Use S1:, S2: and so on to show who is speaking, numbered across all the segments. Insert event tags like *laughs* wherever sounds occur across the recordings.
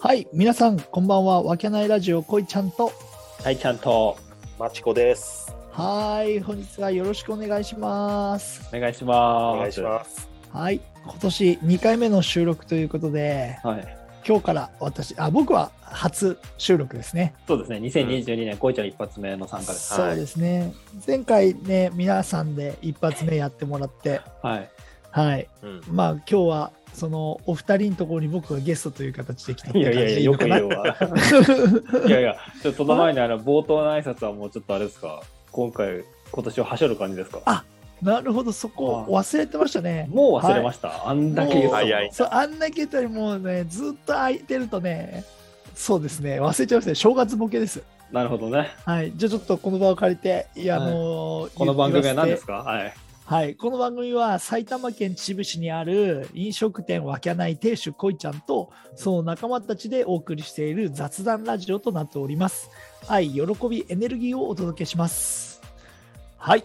S1: はい、皆さん、こんばんは。わけないラジオ、こいちゃんと。
S2: はい、ちゃんと
S3: マチコです。
S1: はい、本日はよろしくお願いします。
S2: お願いします。
S3: お願いします。
S1: はい、今年2回目の収録ということで、
S2: はい、
S1: 今日から私、あ、僕は初収録ですね。
S2: そうですね、2022年、こいちゃん一発目の参加です。
S1: そうですね。前回ね、皆さんで一発目やってもらって、
S2: はい、
S1: はい、
S3: うん、
S1: まあ今日は、そのお二人のところに僕がゲストという形で来たって
S2: い
S1: い
S2: や
S1: う
S2: い
S1: 感
S2: や
S1: じ
S2: いや、
S1: でいい
S2: よ
S1: の
S2: く
S1: かな
S2: 言うわ。いやいや、ちょっとその前にあの冒頭の挨拶はもうちょっとあれですか、今回、今年をはしょる感じですか。
S1: *laughs* なるほど、そこ忘れてましたね。
S2: もう忘れました、あんだけ言ったの
S3: もう早い
S1: そうあんなけたりもうねずっと空いてるとねそうですね忘れちゃいましたね正月ボケです
S2: なるほどね。
S1: はいじゃあちょっとこの場を借りていや、
S2: はい
S1: あの
S2: この番組は何です
S1: か
S2: かはい。
S1: はいこの番組は埼玉県秩父市にある飲食店わきゃない亭主こいちゃんとその仲間たちでお送りしている雑談ラジオとなっております愛喜びエネルギーをお届けしますはい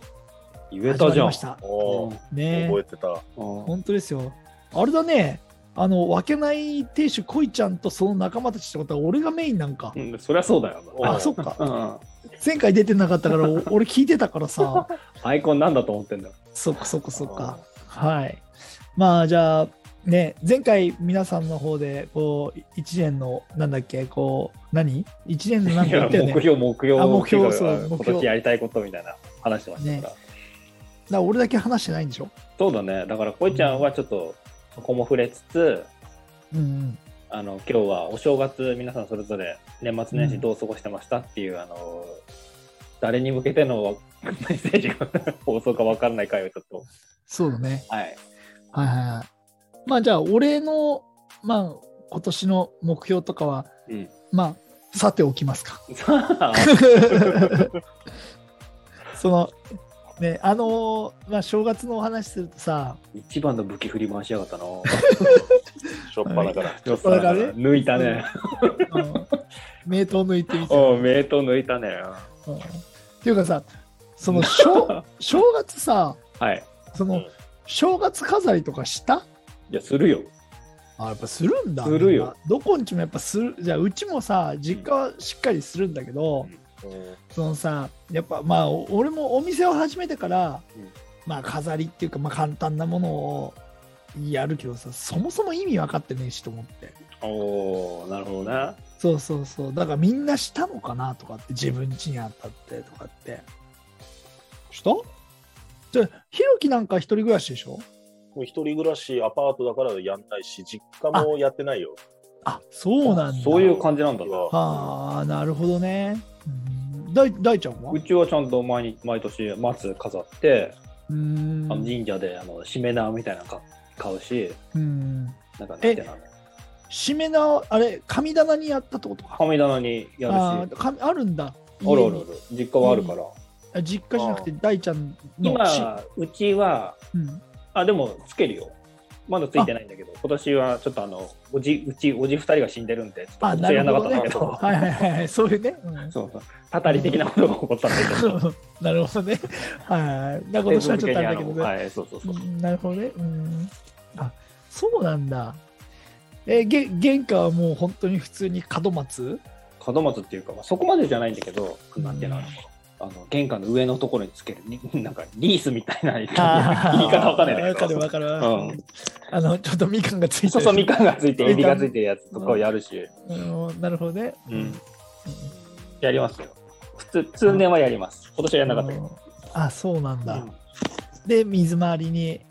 S2: 言えた
S1: 始
S2: じ
S1: まり
S2: ゃん
S1: まし。た
S3: おー
S1: ね
S3: 覚えてた。
S2: うん
S1: 本当ですよ。あれだね、あの、分けない亭主、こいちゃんとその仲間たちってことは、俺がメインなんか
S2: う。ん、そりゃそうだよ。
S3: ん
S1: あ、そっか。
S2: うん、
S1: 前回出てなかった
S2: *laughs*
S1: から、お俺聞いてたからさ。
S2: アイコンなんだと思ってんだよ。
S1: そっか、そっか、そっか。はい。まあ、じゃあ、ね、前回皆さんの方で、こう、一年の、なんだっけ、こう、何一年のなん
S2: い
S1: か言
S2: や
S1: ったよ
S2: 目
S1: ね。だか
S2: 標、目標、
S1: あ目標
S2: っていか
S1: そう目
S2: 今
S1: 標
S2: 年やりたいことみたいな話してましたから。
S1: ら俺だけ話してないんでしょ
S2: そうだね。だから、こいちゃんはちょっと、そこも触れつつ、
S1: うんうん。
S2: あの、今日はお正月、皆さんそれぞれ、年末年
S1: う
S2: 始
S1: ん
S2: どう過ごしてましたっていう、あの、誰に向けての *laughs* メッセージが放送か分かんない回をちょっと、
S1: そうだね。
S2: はい。
S1: はいはいはい。まあ、じゃあ、俺の、まあ、今年の目標とかは、
S2: うん。
S1: まあ、さておきます
S2: *laughs*
S1: か。
S2: さあ、
S1: そのねあのーまあ正月のお話するとさ
S2: 一番の武器振り回しやが *laughs* ったな。
S3: しょっぱなから。
S2: ちょっ
S1: とだからね
S2: 抜いたね。
S1: あの名刀抜いてみて、
S2: おう、メイト抜いたね。
S1: うんっていうかさその
S2: *laughs*
S1: 正正月さ
S2: はい。
S1: そうの
S3: ん
S1: 正月飾りとかした
S2: いや、するよ。
S1: あやっぱするんだ
S2: するよ
S1: みんなどこんちもやっぱするじゃあうちもさ実家はしっかりするんだけど、そのさやっぱまあお俺もお店を始めてから、
S2: うん
S1: まあ飾りっていうかまあ簡単なものをやるけどさそもそも意味分かってねえしと思って
S2: おおなるほどね。
S1: そうそうそうだからみんなしたのかなとかって自分家にあたってとかってしたじゃあひろきなんか一人暮らしでしょ
S3: もう一人暮らし、アパートだからやんないし、実家もやってないよ。
S1: あそうなんだ
S2: そういう感じなんだね。
S3: は
S1: ああなるほどねうんだい大ちゃんは
S2: うちはちゃんと毎日毎年松飾って、
S1: うーん
S2: あの神社であのしめ縄みたいなの買買うし、
S1: うん
S2: なんか
S1: え
S2: ね、てなの
S1: 締め縄あれ神棚にやったってことか
S2: 神棚にやるし、
S1: あー紙あるんだ
S2: あるあるある、実家はあるから。
S1: あ実家じゃなくて大ちゃんのし
S2: 今、うちは、
S1: うん、
S2: あ、でもつけるよ。まだついてないんだけど、今年はちょっとあの、おじ、うち、おじ二人が死んでるんで、ちょっと
S1: あ
S2: 今
S1: な
S2: 年
S1: る
S2: やんなか
S1: ほどね
S2: ったんだけど、
S1: はいはいはいはいそういうね、うん *laughs*
S2: そうそう、たたり的なことが起こったんだけど。
S1: なるほどね。はい。だから今年はちょっとあれだけどね。
S2: はい、そうそうそう。
S1: うんなるほどね。うん。あそうなんだ。えげ原価はもう本当に普通に門松
S2: 門松っていうか、まあ、そこまでじゃないんだけど、なんていうのかなあの玄関の上のところにつけるになんかリースみたいな言い方言い方わかんないんだ
S1: わか
S2: け
S1: る
S2: ど
S1: わかる。
S2: うん
S1: あの、ちょっとみかんがついてる。
S2: そうそうみかんがついて
S1: みかん
S2: エビがついてるやつとかをやるし、
S1: うんなるほどね。
S2: うんやりますよ普通通年はやります今年はやんなかったけど、
S1: あ、そうなんだ。
S2: うん
S1: で、水回りに。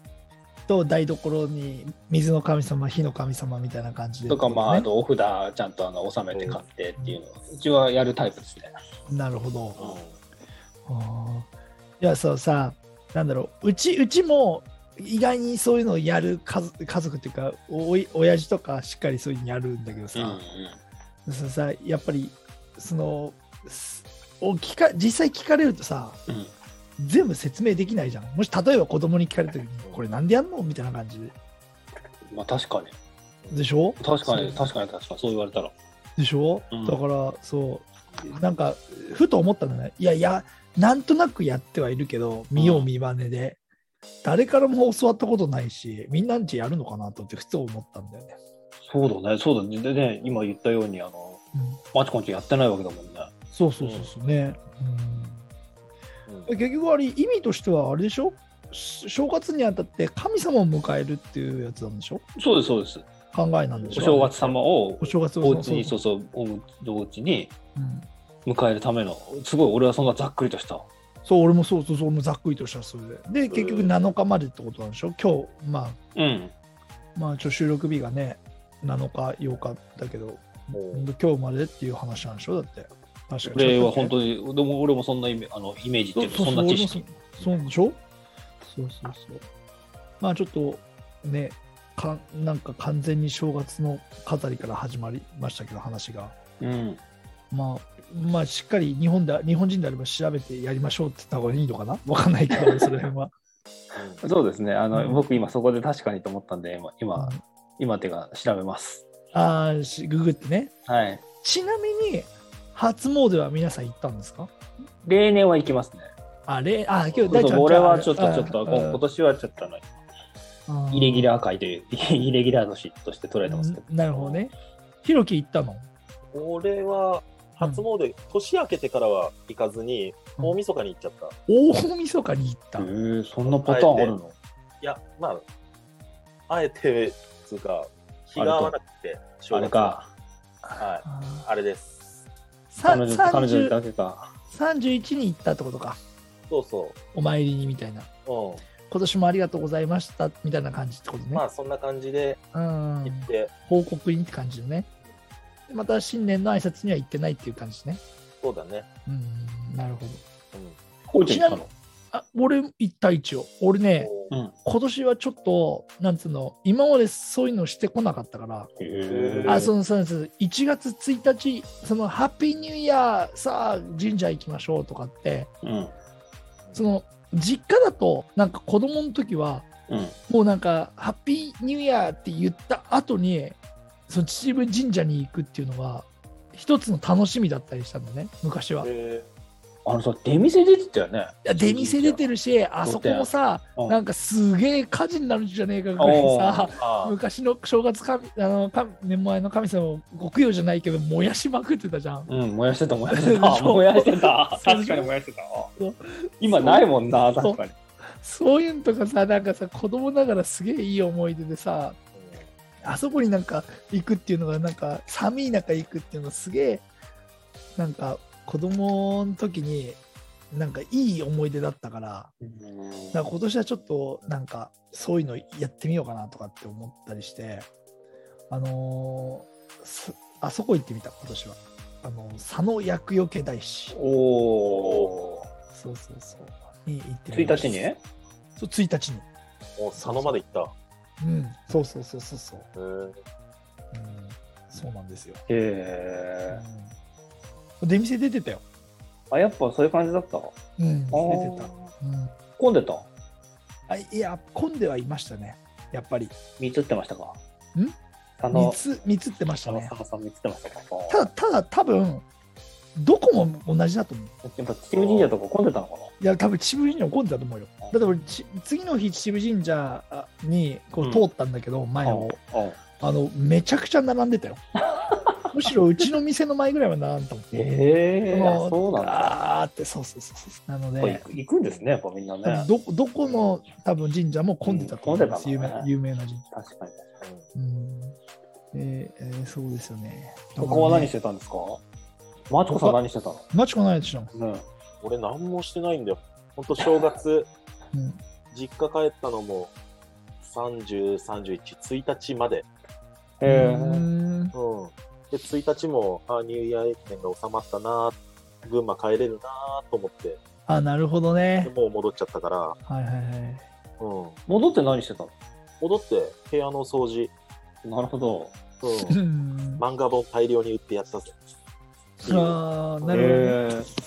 S1: と台所に水の神様、火の神様みたいな感じで。
S2: とかまああとお札ちゃんとあの納めて買ってっていうのうちはやるタイプですね
S1: なるほど。
S3: うんうん
S1: あーいやそうさなんだろううちうちも意外にそういうのをやる家族家族っていうかおい親父とかしっかりそういうのやるんだけど
S2: うんうん
S1: さ、そのさやっぱりそのすお聞か実際聞かれるとさ
S2: うん
S1: 全部説明できないじゃんもし例えば子供に聞かれた時に「これなんでやんの?」みたいな感じで
S2: まあ確かに
S1: でしょ
S2: 確かに
S1: そう
S2: 確かに確かにそう言われたら
S1: でしょ、
S2: うん
S1: だからそうなんかふと思ったんだねいやいやなんとなくやってはいるけど見よう見まねで、誰からも教わったことないしみんなんちやるのかなと思ってふと思ったんだよね
S2: そうだね、そうだね。でね、今言ったように、あの、
S1: うん
S2: マチコンちやってないわけだもんね。
S1: そうそうそうそうね、うん
S3: うん
S1: 結局あれ意味としてはあれでしょし正月にあたって神様を迎えるっていうやつなんでしょ
S2: そうです、そうです。
S1: 考えなんで
S2: お
S1: しょ
S2: 正月様を
S1: お、正月
S2: お家に、
S1: そ
S2: そううそう、お家に
S1: うん
S2: 迎えるための、すごい俺はそんなざっくりとした。
S1: そう俺もそうそうそう俺もざっくりとしたそれでで結局7日までってことなんでしょ今日ま
S2: うん。
S1: あまあちょ収録日がね7日8日だけど
S3: うん
S1: 今日までっていう話なんでしょだって確か
S2: これは本当に、 *laughs* でも俺もそんなイメあのイメージっていうか、そんな知識。
S1: そうそうそうでしょそうそうそう。まあちょっとね、かなんか完全に正月の飾りから始まりましたけど、話が。
S2: うん。
S1: まあ、まあしっかり日本で日本人であれば調べてやりましょうって言った方がいいのかなわかんないけ
S2: *laughs*
S1: ど、その辺は。
S2: そうですね。あの、
S1: うん
S2: 僕今そこで確かにと思ったんで、今、今
S1: あ、
S2: 今手が調べます。
S1: あーし、ググってね。
S2: はい。
S1: ちなみに、初詣は皆さん行ったんですか
S2: 例年は行きますね。
S1: あれ、あ、今日
S2: そうそう
S1: 大ちゃん
S2: 俺はちょっと、ちょっと、
S1: あ
S2: こ今年はちょっとあの、
S1: あ
S2: イレギュラー界という、 *laughs* イレギュラー年として捉えてますけど。
S1: なるほどね。ひろき行ったの
S3: 俺は初詣、年明けてからは行かずに、
S1: うん
S3: 大晦日に行っちゃった。
S1: 大晦日に行った。
S2: え、そんなパターンあるの
S3: いや、まあ、あえて、つうか、日が合わなくて、
S2: あれか。
S3: はい。
S1: あー
S3: あれです。
S1: さ
S2: 彼女、彼女
S1: 30
S2: だけか。
S1: 31に行ったってことか
S3: そうそ
S1: お参りにみたいな
S3: う。うん。
S1: 今年もありがとうございましたみたいな感じってことね、
S3: まあ、そんな感じで
S1: う
S3: 行
S1: ん
S3: って、
S1: 報告にって感じだねでまた新年の挨拶には行ってないっていう感じね
S3: そうだね。
S1: うんなるほど
S3: うん。
S2: こうちゃん行っ
S1: あ俺行った一応俺ね
S3: こう
S2: たの。
S1: 今年はちょっとなんつうの今までそういうのしてこなかったから
S2: うん。
S3: へー
S1: あそうそうなんです1月1日そのハッピーニューイヤーさあ神社行きましょうとかって
S2: うん。
S1: その実家だとなんか子供の時は
S2: うん。
S1: もうなんか、ハッピーニューイヤーって言った後に、その秩父神社に行くっていうのが、一つの楽しみだったりしたんだね、昔は。い
S3: え
S2: あのさ、出店出てたよね。
S1: や出店出てるし、あそこもさ、
S2: うん
S1: なんかすげえ火事になるんじゃねえかぐ
S2: お
S1: らい
S2: ー
S1: さ、
S3: あー
S1: 昔の正月神あの神、年前の神様をご供養じゃないけど、燃やしまくってたじゃん。
S2: うん、燃やしてた、燃やして
S1: で *laughs*
S2: た。
S1: しょ
S2: 燃やしてた。
S1: そう
S2: 確かに燃やしてた
S1: そう。
S2: 今ないもんな、
S1: そう
S2: 確かに。
S1: そういうのとかさ、なんかさ、子供ながらすげえいい思い出でさ、あそこになんか行くっていうのがなんか寒い中行くっていうのがすげえなんか子供の時になんかいい思い出だったからなんか今年はちょっとなんかそういうのやってみようかなとかって思ったりしてあのーすあそこ行ってみた今年はあの佐野厄除け大師
S2: おお
S1: そうそうそうに行ってみま
S2: 1
S1: した
S2: 日に
S1: そう1日に
S3: もう佐野まで行った。
S1: うんそうそうそうそうそう、
S3: へー
S1: うん、そうなんですよ、
S2: へえ
S1: うん、出店出てたよ
S2: あやっぱそういう感じだった
S1: うん、
S2: あ
S1: 出て
S2: ー
S1: た。うん、
S2: 混んでた
S1: あいや、混んではいましたね、やっぱり。
S2: 見つってましたか
S1: ん
S2: あ
S1: 見
S2: の
S1: つ見つってました
S2: あの
S1: ね
S2: 佐。野さん見つってましたか
S1: ただ、ただ、多分どこも同じだと思う。
S2: やっぱ秩父神社とか混んでたのか
S1: いや、多分秩父神社も混んでたと思うよ。だって俺、ち次の日、秩父神社にこ
S2: う
S1: うん通ったんだけど、前
S2: な
S1: を、
S2: うんうん
S1: あの、めちゃくちゃ並んで
S2: *laughs*
S1: たよ。むしろうちの店の前ぐらいは並んでたもん。
S2: ええ
S1: も
S2: そうなんだ
S1: ガーって、そうそうそうそう。なの
S2: やっぱ
S1: で
S2: 行、く行くんですねやっぱみんなね
S1: どどこの多分神社も混んでたと思います、
S2: うん
S1: 有
S2: 混んで
S1: 名
S2: たんだね
S1: 有名な神社。
S2: 確かに
S1: うんえーえーそうですよね。
S2: 他は何しててたんですかマチコさん何してたの
S1: マチコないでしょ。
S2: ね
S3: 俺、何もしてないんだよ。ほんと、正 *laughs* 月、
S1: うん、
S3: 実家帰ったのも、30、31、1日まで。
S2: え
S1: うーん
S3: うん。で、1日も、あーニューイヤー駅伝が収まったなー、群馬帰れるなーと思って、
S1: あ、なるほど
S3: で
S1: ね。
S3: もう戻っちゃったから、
S1: はいはいはい。
S3: うん。
S2: 戻って何してたの
S3: 戻って、部屋の掃除、
S2: なるほど
S3: うん
S1: う。ん
S3: 漫画本大量に売ってやったぜ。っていう
S1: あーなるほどね。
S2: え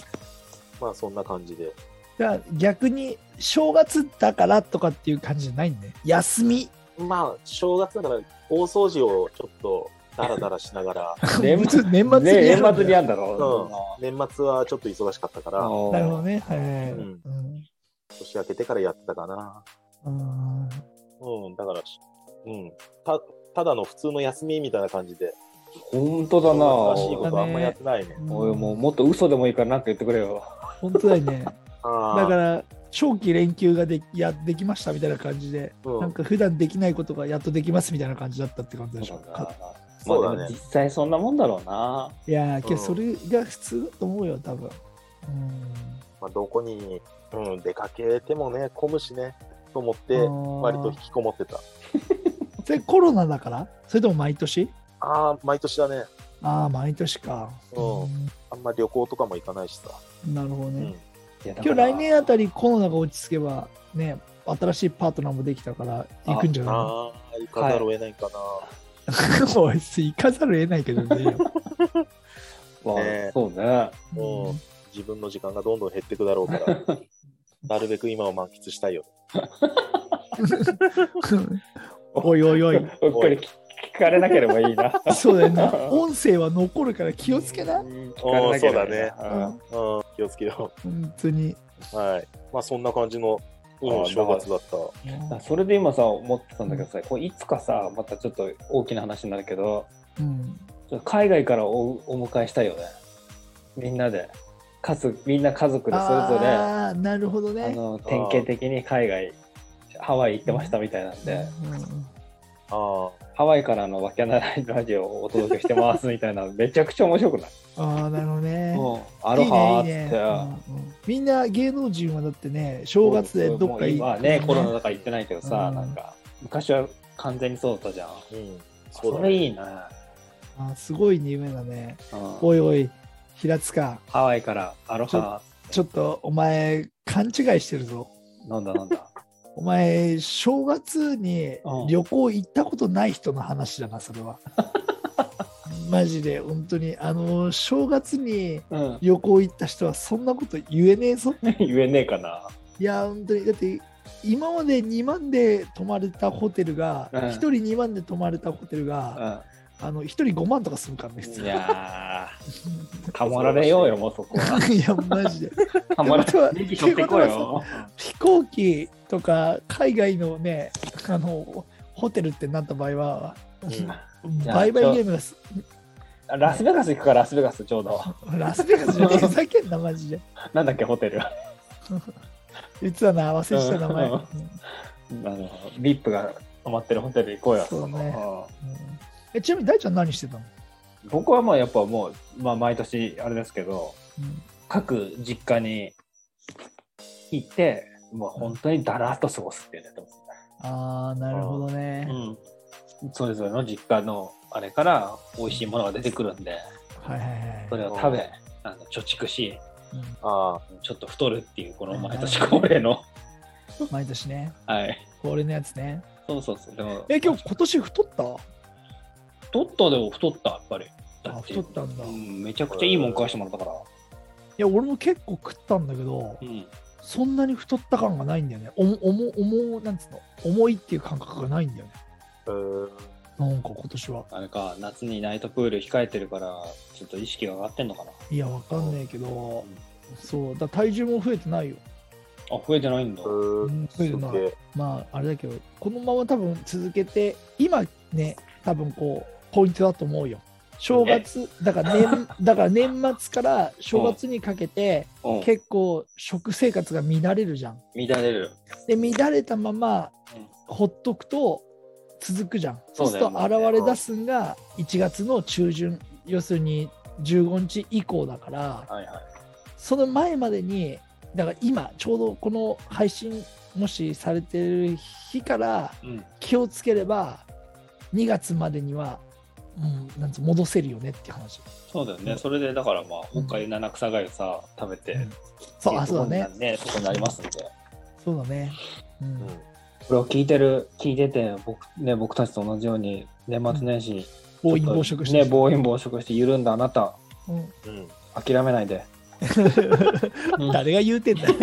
S3: まあそんな感じで。
S1: じゃあ逆に正月だからとかっていう感じじゃないんで、休み。
S3: まあ正月だから大掃除をちょっとダラダラしながら、
S2: 年末
S1: *laughs* 年
S2: え
S1: 末にや
S2: 年
S1: るんだ
S2: 末に
S1: よ
S2: やんだろ
S3: 年末はちょっと忙しかったから、
S2: うん
S1: なるほどね。はいはいはい。
S3: う
S1: うんん
S3: 年明けてからやってたかな。
S1: あー
S3: うん、だから、うん。たただの普通の休みみたいな感じで、
S2: 本当だな
S3: おかしい
S1: だ
S3: こ
S2: ぁ。
S3: とあんまやってないね。
S1: うん
S2: おい、もうもっと嘘でもいいからなんか言ってくれよ。
S1: 本当だよ
S2: *laughs*
S1: ね。
S3: あー
S1: だから、長期連休ができやできましたみたいな感じで、
S3: うん
S1: なんか普段できないことがやっとできますみたいな感じだったって感じでしょ。か
S3: そう
S2: ま
S3: だ
S2: あで
S3: ね
S2: も実際そんなもんだろうな。
S1: いやー、けど
S3: うん
S1: それが普通だと思うよ、多分。
S3: まあ、どこに、うん、出かけてもね、混むしね、と思っ
S1: う
S3: て、
S1: ん、
S3: 割と引きこもってた。
S1: それコロナだからそれとも毎年
S3: ああ、毎年だね。
S1: ああ、毎年か。
S3: うんあんま旅行とかも行かないしさ。
S1: なるほど
S3: う
S1: ね。
S3: ん、
S2: いやだか
S1: 今
S2: ら
S1: 日来年あたりコロナが落ち着けば、ね、新しいパートナーもできたから、行くんじゃな
S3: ああ、行かざるを得ないかな。
S1: い *laughs* おい行かざるを得ないけどね。
S2: まあ
S3: ね
S2: そうね。
S3: もう自分の時間がどんどん減ってくだろうから、なるべく今を満喫したいよ。
S1: *laughs* おいおいお
S3: *laughs*
S1: い。
S2: うっかり聞聞かれなければいいな。
S1: そうだよな。音声は残るから *laughs* 気をつけな。
S2: うん聞かれなければいいな
S3: お
S2: う
S3: ー
S2: ん
S3: うん、気をつけよ
S1: 本当に。
S3: う。はい。まあそんな感じの、うん
S2: あー
S3: 正月だった。
S2: あそれで今さ思ってたんだけどさこれいつかさまたちょっと大きな話になるけど
S1: うん、
S2: ちょっと海外からおお迎えしたいよねみんなで家族みんな家族でそれぞれ
S1: あ
S2: あ
S1: あ、なるほどね。
S2: の典型的に海外ハワイ行ってましたみたいなんで
S1: うんうん
S3: あ
S2: ハワイからのわけないラジオをお届けしてます
S1: *laughs*
S2: みたいなのめちゃくちゃ面白くない
S1: ああ、なるほどね。
S2: もうアロハーっ
S1: いいねいい
S2: つ
S1: ね
S2: っ
S1: うんうんみんな芸能人はだってね、
S2: て
S1: 正月でどっか行
S2: 今は
S1: く
S2: ねコロナだから行ってないけどさ
S1: うん
S2: なんか昔は完全にそうだったじゃん
S3: あ、うん。そう
S2: そ
S3: だ
S2: れ
S3: ね。
S2: いいな
S1: あーすごいね夢だね。
S2: うん
S1: おいおい、平塚、
S2: ハワイからアロハ
S1: ちょっとお前、勘違いしてるぞ。
S2: なんだなんだ
S1: お前、正月に
S2: うん
S1: 旅行行ったことない人の話だな、それは。 *laughs* マジで、本当に。あの、正月に
S2: うん、
S1: 旅行行った人はそんなこと言えねえぞ。
S2: *laughs* 言えねえかな。
S1: いや、本当に。だって、今まで2万で泊まれたホテルが、
S2: うん
S1: 1人2万で泊まれたホテルが、あの1人5万とかするからね、普通
S2: いやー、たまられようよ、もうそこは。
S1: *laughs* いや、マジで。
S2: たまら
S1: ってことは
S2: れ息取ってこう
S1: ってこ
S2: よ。
S1: 飛行機とか海外のね、あの、ホテルってなった場合は、
S2: じゃあ
S1: バイバイゲームがす
S2: ラスベガス行くか、ラスベガスちょうど。
S1: ラスベガスじゃねえ、ふざけんな、マジで。
S2: なんだっけ、ホテル。あ
S1: 言ってたな、忘れてた名前。
S2: うん
S1: うん
S2: の、ビップが泊まってるホテル行こうよ。
S1: そうね
S2: の
S1: えちなみに大ちゃん何してたの、
S2: うん僕はまあやっぱもう、まあ毎年あれですけど、
S1: うん
S2: 各実家に行って、もう本当にだらっと過ごすっていうね。
S1: あー、なるほどね。
S2: うん、それぞれの実家のあれから美味しいものが出てくるんで
S1: はいはい
S2: そ
S1: はい。
S2: れを食べあの貯蓄し
S1: うん
S3: ああ、
S2: ちょっと太るっていうこの毎年恒例の *laughs*
S1: 毎年ね、
S2: はい
S1: 恒例のやつね。
S2: そうそうそうでも
S1: え、今日、今年太った
S2: 太ったでも太ったやっぱりだ
S1: あ、
S2: て
S1: 太ったんだ。
S2: う
S1: い
S2: んめちゃくちゃいいもん食わしてもらったから
S1: や、俺も結構食ったんだけど、
S2: うん
S1: そんなに太った感がないんだよね。おも、おも、おも、なんつうの、重いっていう感覚がないんだよね。
S3: うーん。
S1: なんか今年は。
S2: あれか夏にナイトプール控えてるからちょっと意識が上がってんのかない
S1: や、わかんないけど
S2: ん、
S1: そう、だ体重も増えてないよ。
S2: あ増えてないんだ
S3: う
S1: う
S3: ー
S1: ん
S3: ん。
S1: 増えてない
S3: すげえ
S1: まあ、あれだけど、このまま多分続けて、今ね、多分こう、ポイントだと思うよ。正月、だから年、だから年末から正月にかけて、
S2: うん
S1: 結構食生活が乱れるじゃん。
S2: 乱れる
S1: で、乱れたまま
S2: うん、
S1: ほっとくと、続くじゃん。そ
S2: そうう
S1: す
S2: だ
S1: る
S2: よ
S1: と、現れ出すんが、1月の中旬、要するに15日以降だから、
S2: はいはい
S1: その前までに、だから今、ちょうどこの配信、もしされてる日から
S2: うん
S1: 気をつければ、2月までには、うん、なんつう戻せるよねっていう話。
S2: そうだよね、それでだからまあ、
S1: うん
S2: 北海道七草がゆさ、食べて、
S1: うんそう、あ、そうだね。。
S2: ね、そこになりますんで。
S1: そうだね。う
S3: うん
S1: ん。
S2: これを聞いてる、聞いてて、僕、ね、僕たちと同じように、年末年始、
S1: 暴飲暴食して
S2: ね、暴飲暴食して緩んだあなた、
S1: うん
S3: うん。
S2: 諦めないで。うん
S1: *laughs* 誰が言うてんだよ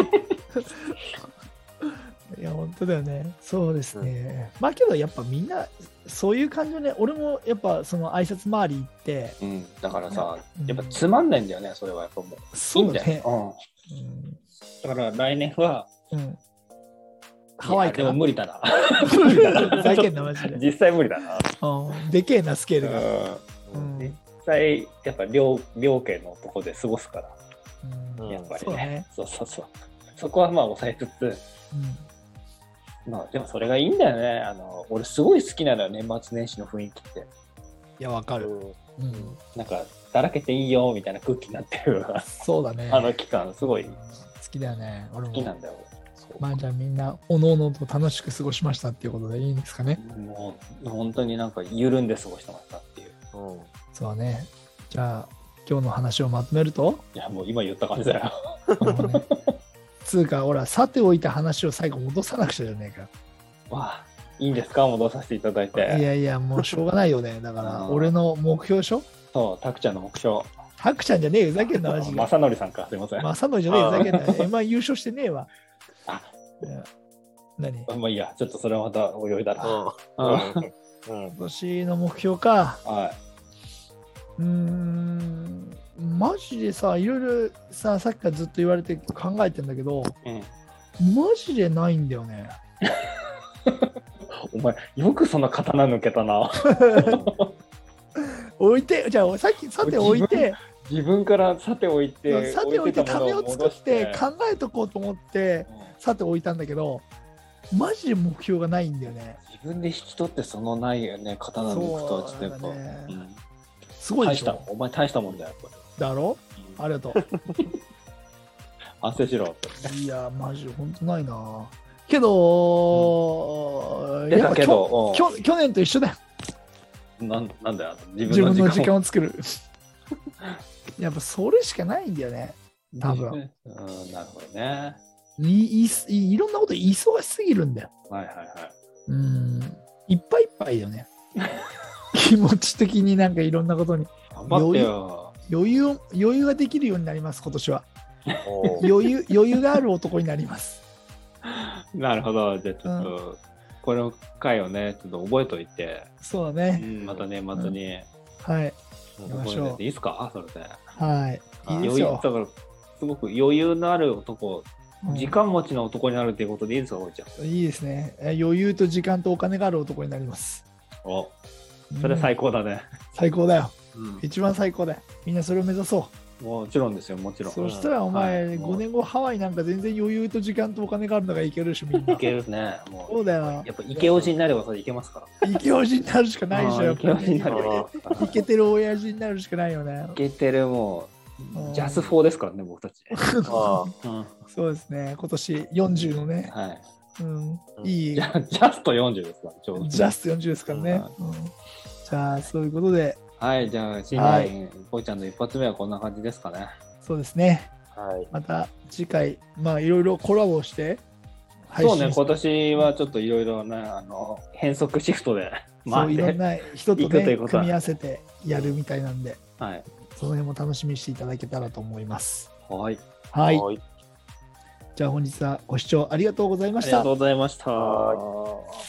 S1: いや本当だよねそうですね、まあけどやっぱみんなそういう感じね俺もやっぱその挨拶回り行って
S2: うん、だからさ
S1: う、ん
S2: やっぱつまんないんだよね、それはやっぱもう。いい
S1: そ
S2: ん
S1: うだ
S2: だ
S1: ね
S2: よ。うんだから来年は、
S1: うん、うんハワイ
S2: で
S1: か
S2: も
S1: ら。
S2: 無理だな。
S1: ふざけんな、マジで。
S2: *laughs* 実際無理だな。
S1: うんでけえな、スケールが。う
S3: うん
S1: ん
S2: 実際、やっぱ両両家のとこで過ごすから。
S1: うん
S3: うん
S2: やっぱり
S1: そう
S2: ね
S1: ね。
S2: そうそうそう。そこはまあ抑えつつ、
S1: うん
S2: まあでもそれがいいんだよね。あの俺すごい好きなのよ、年末年始の雰囲気って。
S1: いや、わかる。うん
S2: なんか、だらけていいよみたいな空気になってる。
S1: *laughs* そうだね。
S2: あの期間、すごい
S1: 好きだよね。俺
S2: 好きな
S1: も。
S2: んだよ。
S1: まあじゃあみんな、おのおのと楽しく過ごしましたっていうことでいいんですかね。
S2: もう本当になんか緩んで過ごしてましたっていう。
S3: うん
S1: そうだね。じゃあ、今日の話をまとめると、
S2: いや、もう今言った感じだよ。 *laughs*
S1: もうね *laughs* つうか、ほら、さておいた話を最後戻さなくちゃじゃねえか。
S2: わあ、いいんですか戻させていただい
S1: い
S2: て。
S1: やいや、もうしょうがないよね。だか
S2: う
S1: ら、
S2: ん
S1: 俺の目標でしょ
S2: そう、たくちゃんの目標。
S1: ハクちゃんじゃねえよ、ふざけんな、マジで
S2: *laughs* ま。さのりさんか、すいません。
S1: まさのりじゃねえよ、
S3: あ
S1: ふざ
S3: ー
S1: けんな。M1 優勝してねえわ。
S2: あ
S1: うん何今
S2: まあいいや、ちょっとそれはまたおいだら。
S3: うん
S2: うん
S3: うん
S1: 年の目標か。
S2: は
S1: うーん、マジでさ、いろいろさ、さっきからずっと言われて考えてんだけど、
S2: い。うん
S1: マジでないんだよね。
S2: お前、よくそんな刀抜けたな。
S1: 置いて、じゃあ、さっき、さて置いて、
S2: *laughs* 自分からさておいて、
S1: さて置いて、ためを作って、
S2: か
S1: 考えとこうと思って、さて置いたんだけど、マジで目標がないんだよね。
S2: 自分で引き取ってそのないよね、刀抜くとはちょっとやっぱ。
S1: そうだね
S2: うん
S1: すごいで
S2: 大
S1: し
S2: した、
S1: ょ。
S2: お前大したもんだよ、やっぱ
S1: だろ
S2: りうん
S1: ありがとう。 *laughs*
S2: 反省しろ。
S1: いや、マジ、ほんとないな。けど、
S2: 出たけ
S1: きょ
S2: ど、
S1: きょ去年と一緒だよ。
S2: うんなんなんだよ、
S1: 自
S2: 自
S1: 分
S2: 分
S1: の
S2: の
S1: 時
S2: 時
S1: 間
S2: 間を。
S1: を作る。 *laughs* やっぱそれしかないんだよね。多分
S2: *laughs* うん、なるほどね。
S1: いいいいろんなこと忙しすぎるんだよ。
S2: はいはいはい。
S1: うん。いっぱいいっぱいだよ *laughs* ね。気持ち的になんかいろんなことに
S2: 頑張ってよ。
S1: 余裕を余裕ができるようになります、今年は。
S3: おー
S1: 余裕
S2: *laughs*
S1: 余裕がある男になります。
S2: なるほど。じゃあちょっと、この回をね、ちょっと覚えといて、
S1: そうだね。
S2: また年末に
S1: はい。
S3: うん
S1: やばい
S2: 覚えといていいですかそれで。
S1: はい。いいです
S2: 余裕だ
S1: よ。
S2: から、すごく余裕のある男、
S1: うん
S2: 時間持ちの男になるっていうことでいいですか、おいちゃん。
S1: いいですね。え余裕と時間とお金がある男になります。
S2: おそれは最
S1: 高。
S2: 高だね。
S1: 最高だよ。
S2: うん
S1: 一番最高だよ。みんなそれを目指そ
S2: もちろんですよ、もち
S1: う。
S2: ろん。
S1: そしたらお前、
S2: はい
S1: 5年後ハワイなんか全然余裕と時間とお金があるのがいけるでしょ、みん
S2: い
S1: な。
S2: けるね。も
S1: そうだよ
S2: やっぱ、イケオジになればそれいけますから。
S1: イケオジになるしかないでしょ、やっ
S2: イケ
S1: ぱ
S2: オジ
S1: り
S2: になれば。
S1: イケてる親父になるしかないよね
S2: い。けてる、も
S1: うん
S2: う、ジャス4ですからね、僕たち。
S3: あ
S2: うん
S1: そうですね。今年40のね、
S2: はい。
S1: う
S2: *laughs*
S1: ん、いい、ジ
S2: ジャジャスト40ですから、ちょうど。
S1: ャスト40ですからね。うんじゃあ、そういうことで、
S2: はい、じゃあ、新年、こいちゃんの一発目はこんな感じですかね。
S1: そうですね。
S3: ーはい
S1: また次回、まあ、いろいろコラボして、配
S2: そうね、
S1: 信
S2: 今年はちょっといろいろな、あの、変則シフトで
S1: そう
S2: 回
S1: い
S2: っ
S1: ろん
S2: て、
S1: な人と
S2: 行くとい
S1: ね
S2: うことは
S1: 組み合わせてやるみたいなんで、
S2: はい。
S1: その辺も楽しみにしていただけたらと思います。
S2: はい。
S1: はい。
S3: はい
S1: じゃあ本日はご視聴ありがとうございま
S2: あ
S1: し
S2: り
S1: た
S2: がとう。ございました。
S3: は